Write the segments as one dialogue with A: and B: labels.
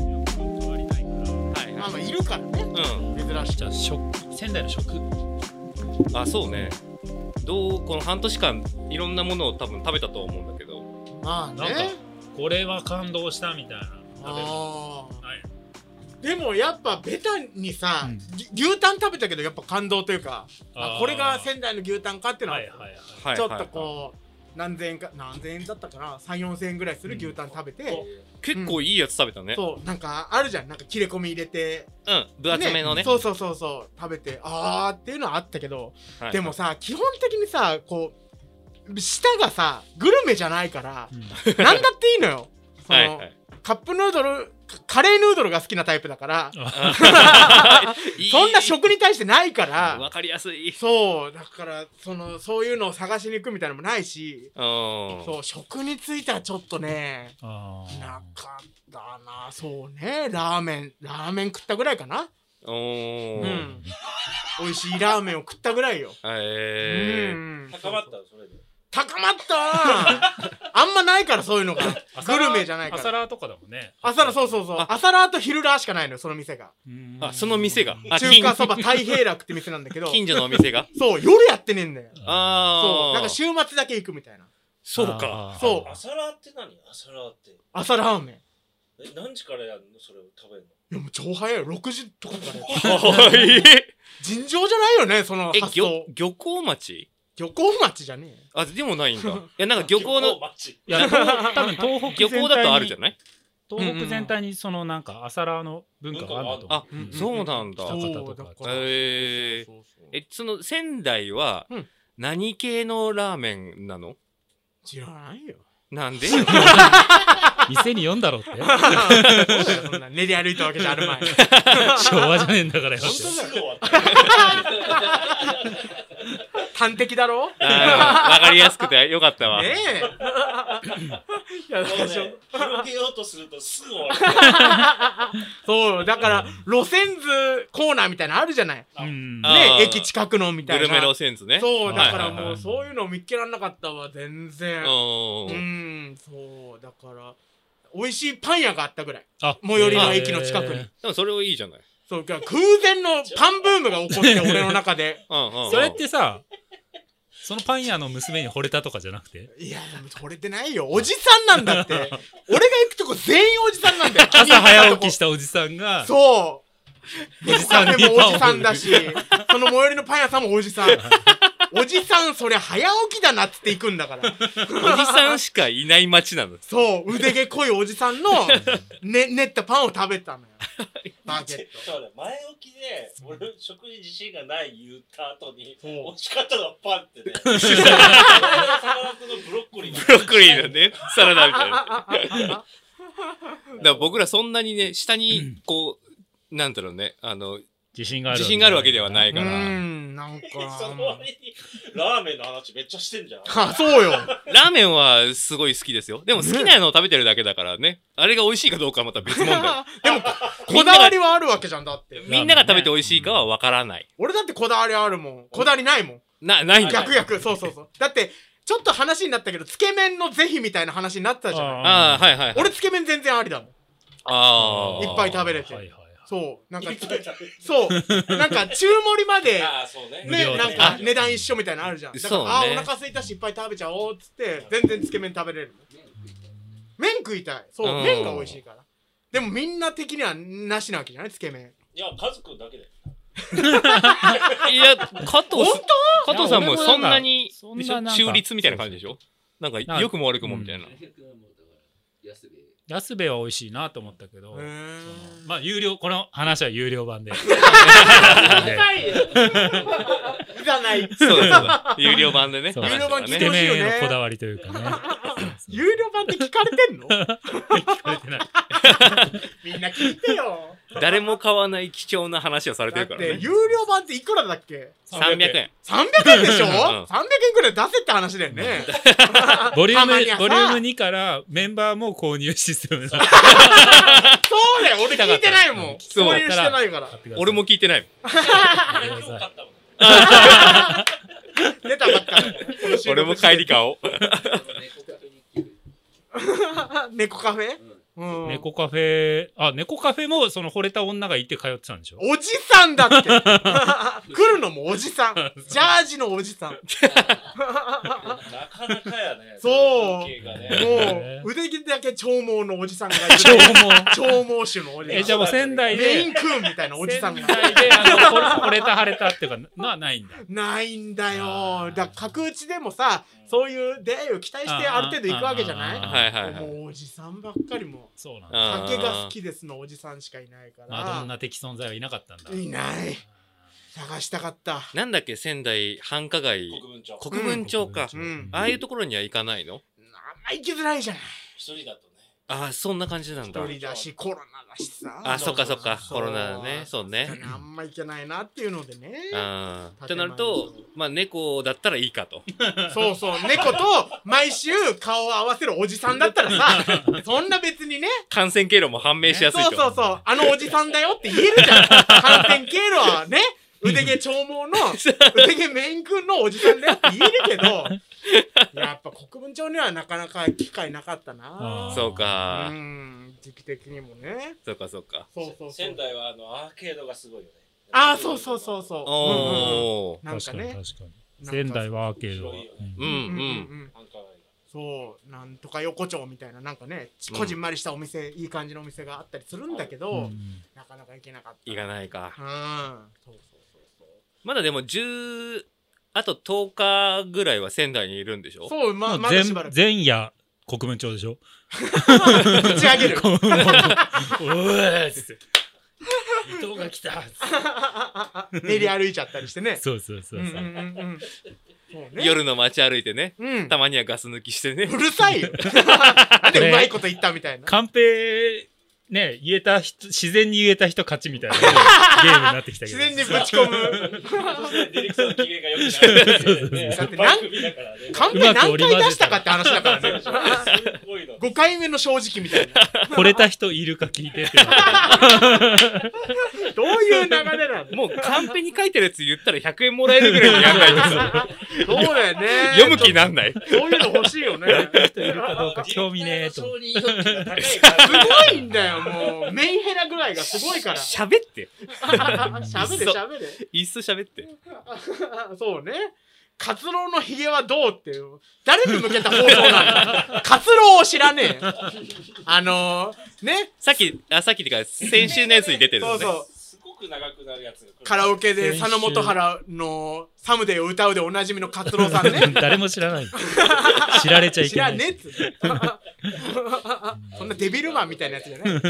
A: はい
B: まあまあいるからね
A: うん
B: 珍し
A: じ
B: く
A: ゃあ食仙台の食あそうねどうこの半年間いろんなものを多分食べたと思うんだけど
B: まあ
C: なんか
B: ね
C: これは感動したみたいな食べ物は
B: あー
C: い
B: でもやっぱベタにさ、
D: うん
B: ぎ牛タン食べたけどやっぱ感動というかあ
C: あー
B: これが仙台の牛タンかっていうのは、
C: はいはいはい
A: はい
B: ちょっ
A: はい
B: とこう何千円か何千円だったかな34,000円ぐらいする牛タン食べて、
A: 結構いいやつ食べたね
B: そうなんかあるじゃんなんか切れ込み入れて
A: うん分厚めのね
B: そうそうそうそう食べてあーっていうのはあったけど、
A: はい
B: でもさ基本的にさこう舌がさグルメじゃないから
C: うん
B: 何だっていいのよその、
A: はいはい
B: カップヌードルカレーヌードルが好きなタイプだから
A: いい
B: そんな食に対してないから
A: わかりやすい
B: そうだからそのそういうのを探しに行くみたいなのもないし、
A: うんは
B: そう食についてはちょっとね
C: あー
B: なかったなそうねラーメンラーメン食ったぐらいかな
A: お
B: う
A: ー
B: ん美味しいラーメンを食ったぐらいよ、
A: え
B: うん
E: 高まったそれで
B: 高まったなあんまないからそういうのが
C: 朝
B: グ
C: ラー
B: ルメじゃないか
C: 朝
B: ら
C: ラーとかだもんね
B: 朝ラそうそうそう
A: あ
B: 朝ラーと昼ラーしかないのよその店が
A: ーあその店があ
B: 中華そば太平楽って店なんだけど
A: 近近所のお店が
B: そう夜やってねえんだよそう
A: あ
B: なん
A: あ
B: か週末だけ行くみたいな
A: そうか
B: そう
E: 朝ラーって何朝ラーって
B: 朝ラーメン
E: え何時からやるのそれを食べる
B: い
E: の
B: やもう超早いよ6時とかからやってる
A: はい
B: 尋常じゃないよねその
A: え
B: 発
A: 漁
B: 想
A: 漁港町
B: 漁港町じゃねえよ
A: あで もないんだいやなんか漁港の
E: マッチ
C: いや多分東北
A: 漁港だとあるじゃ
C: ん
A: ない
C: 東北全体にそのなんか朝ラーの文化があるんだと思う
A: あ
B: うん
A: そうなんだ
B: そう
C: 方とか
B: だから
A: えー
B: そうそうそう
A: えその仙台は
B: うん
A: 何系のラーメンなの
B: 知らないよ
A: なんで
C: 店に読んだろって
B: そんな練り歩いたわけじゃあるま い
C: 昭和じゃねえんだからよ
E: すぐ終わった
B: 端的だろ
A: あーわかりやすくてよかったわ
B: ねえいやだからしょ
E: ね広げようとするとすぐ終わる
B: そうよだから路線図コーナーみたいなのあるじゃない
C: うん
A: あ
B: ね
A: ー
B: 駅近くのみ
A: グ
B: たいな
A: ルメ路線図ね
B: そうだか
A: は
B: ら
A: いはい
B: も
A: は
B: う
A: い
B: そういうの見っけらんなかったわ全然
A: お
B: う
A: ー
B: んそうだから美味しいパン屋があったぐらい
C: あ
B: 最寄りの駅の近くに
C: へ
A: でもそれをいいじゃない
B: そうか空前のパンブームが起こって俺の中で
A: うんうんう
C: ー
A: ん
C: それってさそのパン屋の娘に惚れたとかじゃなくて
B: いやでもそれてないよおじさんな んだって俺が行くとこ全員おじさんなんだよ
C: 朝早起きしたたおじさんが
B: そう
C: おじさんに
B: でも
C: パンを
B: おじさんだしその最寄りのパン屋さんもお じさんおじさんそりゃ早起きだなっつって行くんだから
A: おじさんしかいない街なの
B: そう腕毛濃いおじさんの、 ね、練ったパンを食べたのよバケット
E: そうだ前置きで俺食に自信がない言った後に
B: そう
E: 美味しかったのはパンって ねこれがサカナクンのブロッコリー
A: ブロッコリーのねサラダみたい なだから僕らそんなにね下にこうなんだろうねあの
C: 自信がある
A: 自信があるわけではないうか
B: ー
A: ら
B: んなん か
E: なのその割にラーメンの話めっちゃしてんじゃん
B: あそう よ
A: ラーメンはすごい好きですよでも好きなのを食べてるだけだからねあれが美味しいかどうかはまた別問 題
B: でもこだわりはあるわけじゃんだって
A: みんなが食べて美味しいかはわからない
B: 俺だってこだわりあるもんこだわりないもん
A: なないんだ
B: 逆逆そうそうそうだってちょっと話になったけどつけ麺の是非みたいな話になってたじゃない
A: ああはいはい
B: 俺つけ麺全然ありだもん
A: ああ
B: いっぱい食べれ
C: はいはい
B: て
C: はい
B: そうなんか
E: いっぱい食べる
B: そうなんか中盛りまで
E: ああそうね
C: 無料で
B: ねなんか値段一緒みたいなのあるじゃんだから
A: そうね
B: あーお腹すいたしいっぱい食べちゃおうっつって全然つけ麺食べれる麺食いたいそう
A: うん
B: 麺が美味しいからでもみんな的にはなしなわけじゃないつけ麺
E: いやカズくんだけだよ
A: いや加藤
B: 本
A: 加藤さんもそんなに
C: いや俺もなんか
A: で
C: そんななんか
A: しょ中立みたいな感じでしょなんか
C: なんか
A: 良くも悪くもみたいな、
C: 安部は美味しいなと思ったけど、
B: 当へー
C: そのまあ有料この話は有料版 で
B: いらない
A: そうそうそう有料版でね
C: そう
A: 話してたから
C: つ
B: 有料版聞いて
C: け
B: ほしいよね
C: 麺へのこだわりというかね
B: 有料版って聞かれてんの
C: 聞かれてない。
B: みんな聞いてよ。
A: 誰も買わない貴重な話をされて
B: だっ
A: るから
B: て
A: ね。
B: 有料版っていくらだっけ
A: 300円。
B: 300円でしょ、
A: ん
B: ?300 円くらい出せって話だよね。
C: ボリュ
B: たまには
C: ーム、ボ
B: さ
C: リューム2からメンバーも購入システムだ。
B: そうだよ、俺聞いてないもん。
A: そう
B: 購入してないから。
A: 俺も聞いてない。
E: 俺今日買ったもん。
B: 出たばっかり。
A: 俺も帰り買おう。
B: 猫カフェ、うん、
C: 猫カフェ、あ、猫カフェもその惚れた女がいて通ってたんでしょ
B: おじさんだって来るのもおじさんジャージのおじさんも
E: なかなかやね。
B: そう
E: の風景がね
B: う腕毛だけ長毛のおじさんがいる
C: 超 も
B: 長毛種のおじ
C: え、じゃ
B: さ
C: あ
B: ん
C: もう仙台
B: メイン
C: で、
B: クーンみたいなおじさん
C: 仙
B: が
C: 台で、あの、惚れ惚れた、晴れたっていうか、な、ないんだ。
B: ないんだ
C: あ
B: よ
C: ー
B: だから角打ちでもさそういう出会いを期待してある程度行くわけじゃ
C: あー
B: な
A: はいはい
B: い
A: は
B: も
A: い。
B: うおじさんばっかりも
C: そうなんだ。
A: あー
B: 酒が好きですのおじさんしかいないか
C: マド
B: ら
C: ンナ的存在はいなかったんだ。
B: いない探したかった
A: なんだっけ、仙台繁華街、
E: 国分町。
A: 国分町か。
B: うん
A: ああいうところには行かないの
B: あんま行きづらいじゃない
E: 一人だとね。
A: ああ、そんな感じなんだ
B: 一。人だしコロナだしさ
A: あ、そっかそっか、コロナだね、そうね。
B: あんまいけないなっていうのでね
A: ああ。ってなると、まあ、猫だったらいいかと。
B: そうそう猫と毎週顔を合わせるおじさんだったら さそんな別にね
A: 感染経路も判明しやすいと。
B: そうそうそうあのおじさんだよって言えるじゃん感染経路はね腕毛長毛の 腕毛メイン君のおじさんだよって言えるけどやっぱ国分町にはなかなか機会なかったな
C: あ
A: そうか、
B: うん時期的にもね
A: そうかそうか。
B: そうそうそう
E: 仙台はあのアーケードがすごいよね。
B: ああそうそうそうそううんうん
A: おー。
B: なんかね
C: 確かに。仙台はアーケード。うん
A: うん
B: うんう
A: うん。
B: ん
E: 繁華街が。
B: そうなんとか横丁みたいななんかねちこじんまりしたお店、いい感じのお店があったりするんだけど、
C: うん
B: なかなか行けなかった
A: 行かないか。
B: うんそうそうそう
A: まだでも10、あと10日ぐらいは仙台にいるんでしょ
B: そうそうま
C: も
B: あ
C: う
B: まだ
C: 前
B: しばらく
C: 前夜、国分町でし ょ
B: 打ち上げる
C: おーっつ って。伊藤が来たっつって
B: 練り歩いちゃったりしてね
C: そうそうそう
B: うん
C: そう。
B: うんうんうんそうね
A: 夜の街歩いてね。
B: うん
A: たまにはガス抜きしてね
B: う。るさいよなんでうまいこと言ったみたいな
C: カンペね、言えた人、自然に言えた人勝ちみ たいなゲームになってきたけ
B: 自
C: ど。
B: 然にぶち込む
E: ディレ クターの機嫌が良くない。
B: そうそうそう
E: バイク見だからね。
B: カンペ
C: うまく
B: 何回
C: 織
B: 出
C: り交ぜた
B: したかって話だからね
E: すごいの。
B: 5回目の正直みたいな
C: 惚れた人いるか聞いてってなって。
B: どういう流れなの
A: もうカンペに書いてるやつ言ったら100円もらえるぐらいにやん ないとさ
B: そうだよね
A: 読む気なんない。
B: そういうの欲しいよ ね
C: 人いるかどうか興味ねえと思って。
B: すごいんだよ、もう。メンヘラぐらいがすごい から。し
A: 喋って。
B: ゃべれ、しゃべれ。
A: いっそ喋って。
B: そうね。カツロウのヒゲはどうっていう。誰に向けた放送な のカツロウを知らねえよ。あのー、ね、
A: さっき、あ、さっきってか、先週のやつに出てる
B: そ
A: の
B: う
A: ね。
B: そう。
E: すごく長くなるやつが来る。
B: カラオケで佐野元春のサムデーを歌うでおなじみのカツロウさんね。
C: 誰も知らない。 知られちゃい
B: 知
C: け
B: ら
C: ない。
B: ねえっつって そんなデビルマンみたいなやつじゃない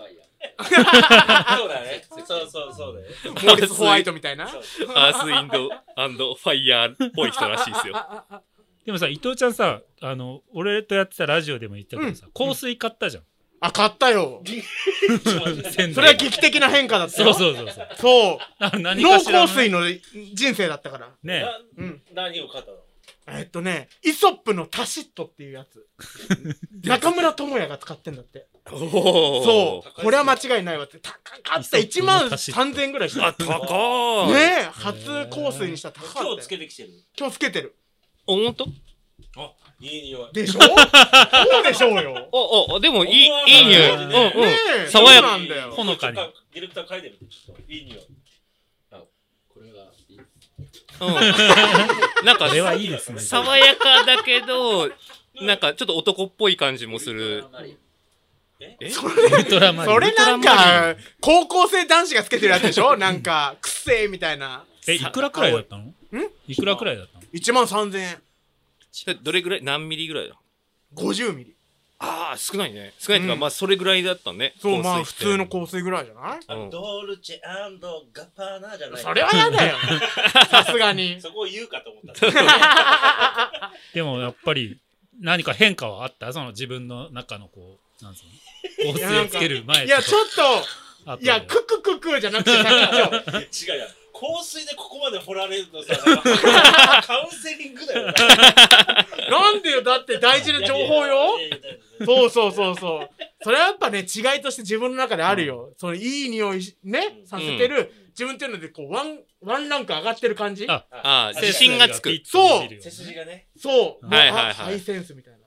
E: そうだね。そうそうそうだよ。
B: モーリス・ホワイトみたいな。
A: アースインドアンドファイヤーっぽい人らしいですよ。
C: でもさ、伊藤ちゃんさ、あの、俺とやってたラジオでも言ったけどさ、香水買ったじゃん。
B: あ、買ったよ。
C: 仙台
B: それは劇的な変化だった
C: そ
B: よ。
C: うそうそうそう。
B: そう。
C: あ何
B: 脳
C: かしら
B: 香
C: の
B: 水の人生だったから。
C: ね。
B: うん
E: 何を買ったの
B: えっとね、イソップのタシットっていうやつ。中村智也が使ってんだって。
A: おお。
B: そう。
E: 高い
B: これは間違いないわって。高かった。1万3000円ぐらいした。
A: あ、
B: ね
A: 高い。
B: え、初香水にしたら高かったよ。
E: 今日つけてきてる。
B: 今日つけてる。
A: おもと
E: あ、いい匂い。
B: でしょそうでしょうよ。ね
A: お、お、でもいい、いい
E: おー
A: 匂い。うん
E: ね
A: うん。
B: え、
A: 爽やか
B: そうなんだよ。
C: ほのかに
E: ちょっとディレクター書いてる。ちょっといい匂い。
A: うん。なんか
C: あ、れはいいですね。
A: 爽やかだけど、なんかちょっと男っぽい感じもする。
C: ウルトラマリン。
B: それなんか、高校生男子がつけてるやつでしょなんか、くせえみたいな。
C: え、いくらくらいだったのんいくらくらいだったの
B: 1万3000円。
A: どれぐらい何ミリぐらいだ
B: 50ミリ。
A: ああ、少ないね。少ないっていうか、
B: うん
A: まあそれぐらいだったね。
B: そう、まあ
A: 香
B: 普
A: 水
B: 通
A: って
B: の。香水ぐらいじゃない
A: うん
E: ドルチェガッパーナじゃない。
B: それはやだよ。さすがに。
E: そこを言うかと思った。
C: でもやっぱり、何か変化はあったその自分の中のこうなんつうの香
B: いや
C: 水をつける前
B: いや、ちょっ
C: っ
B: と、いや、ククククじゃなくて、さ
E: 違うやん香水でここまで掘られるとさカウンセリングだよな
B: なんでよ、だって大事な情報よ。そうそうそうそう。それはやっぱね、違いとして自分の中であるよ。そのいい匂いしね、させてる、自分っていうので、こう、ワン、ワンランク上がってる感じ
C: あ
A: ああ、自信がつく。
E: 背筋がね
B: そう。
A: はいはいはい
B: あハイセンスみたいな。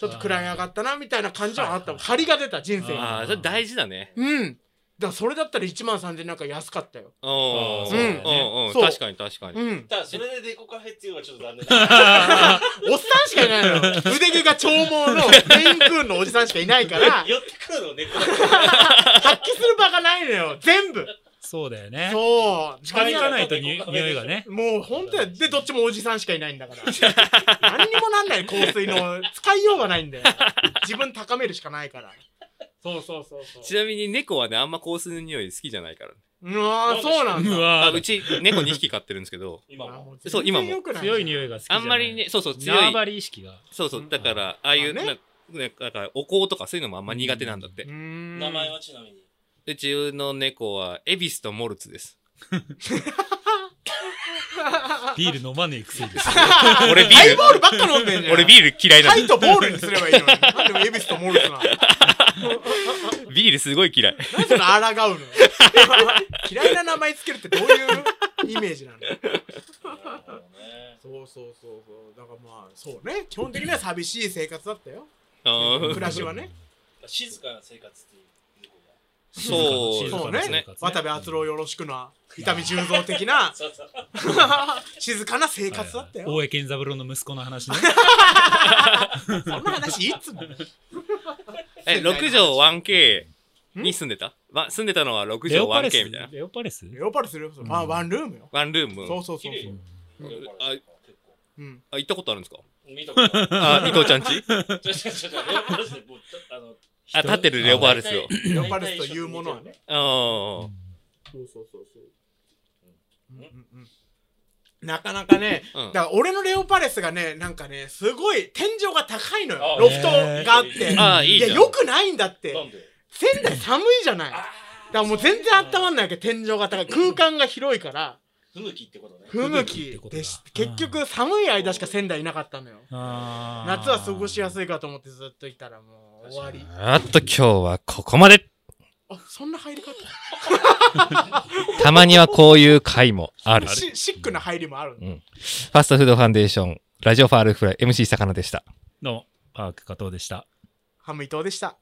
B: ちょっと位上がったな、みたいな感じはあった。張りが出た、人生に。
A: ああ、それ大事だね。
B: うん。だからそれだったら1万3000なんか安かったよ。
A: うん。う
B: う
A: ん
B: ん
A: うんうん。
B: そう
A: 確かに確かに。
B: うん。
E: ただそれでデコカフェっていうのはちょっと残念だ
B: おっさんしかいないの よ。腕毛が長毛のメインクーンのおじさんしかいないから、
E: 寄ってくるの猫だ
B: 発揮する場がないのよ。全部。
C: そうだよね
B: そう。
C: 近づかないとに匂いがね
B: もう本 当やで、どっちもおじさんしかいないんだから。何にもなんない、香水の。使いようがないんだよ。自分高めるしかないから。そうそうそうそう。
A: ちなみに猫はね、あんま香水の匂い好きじゃないから。
B: うわーそうなん
C: う
B: だ。
A: あ
C: わ
A: うち猫2匹飼ってるんですけど、
E: 今も
B: う
A: そう今も
C: 強い
B: い。
C: 匂いが好きじゃ
A: あ
C: ない
A: んまりね、そうそう、強
C: 縄
A: い。
C: 張り意識が
A: そうそう、だから、ああいう、
B: まあ
A: な
B: ね
A: ねだから、お香とかそういうのもあんま苦手なんだって
B: う。ん。
E: 名前はちなみに
A: うちの猫は、エビスとモルツです。
C: ビール飲まねえ薬です
A: 俺ビ
B: ハ
A: ー
B: イ
A: ル、
B: ボールばっか飲んでんじゃん。
A: 俺ビール嫌いな
B: ハ
A: の
B: イ。とボールにすればいいのに。なんでもエビスとモルツなの。
A: ビールすごい嫌い。
B: 何その抗うの 嫌いな名前つけるってどういうイメージなのそうそうそうそうだからまあそうね基本的には寂しい生活だったよ
A: う
B: 暮
A: ん
B: らしはね
E: 静かな生活っていう猫が
A: そう、
C: 静
B: そ
C: か
B: う
C: な
B: ね
C: 生活ね
B: 渡部篤郎よろしくな伊丹十三的 な
E: そうそう
B: 静かな生活だったよ、
C: 大江健三郎の息子の話ね
B: そんな話いつも
A: え、6畳 1K に住んでたわ住んでたのは6
C: レ
A: 畳
C: オパレス
A: 1K みたいな。
C: レオパレス
B: レオパルするよ、それまあワンルームよ、
A: ワンルーム。
B: そうそうそう
E: 綺麗
B: そ
E: よ
B: う、
A: あ
E: 結構
B: うん、
A: あ、行ったことあるんですか
E: 見たことない
A: あ、伊藤ちゃんち
E: ちょちょちょちょレオパルスでもうあの
A: あ、立ってるレオパレスよ。
B: レオパルスというものはね
A: あ
B: そうそうそうそう。うん
E: ん
B: うんうん、なかなかね、
A: うん
B: だから俺のレオパレスがね、なんかね、すごい天井が高いのよ
E: あ。
B: ロフトがあって。
E: へー
A: ああ、いい
B: い
A: じゃ
B: や、
A: ん。
B: よくないんだって。
E: なんで
B: 仙台寒いじゃない。だからもう全然温まんないわけ、天井が高い。空間が広いから、
E: 不向きってことね
B: 不
C: 吹
B: 向
C: 雪って
B: き
C: ことだ
B: でし、結局寒い間しか仙台いなかったのよ。夏
C: 夏
B: は過ごしやすいかと思ってずっといたらもう終わり。
A: あと今日はここまで。
B: あ、そんな入り方
A: たまにはこういう回もある
B: シシックな入りもあるんだ。
A: ファストフードファンデーション、ラジオファールフライ、MC 魚でした。
C: どうもパーク加藤でした
B: ハム伊藤でした。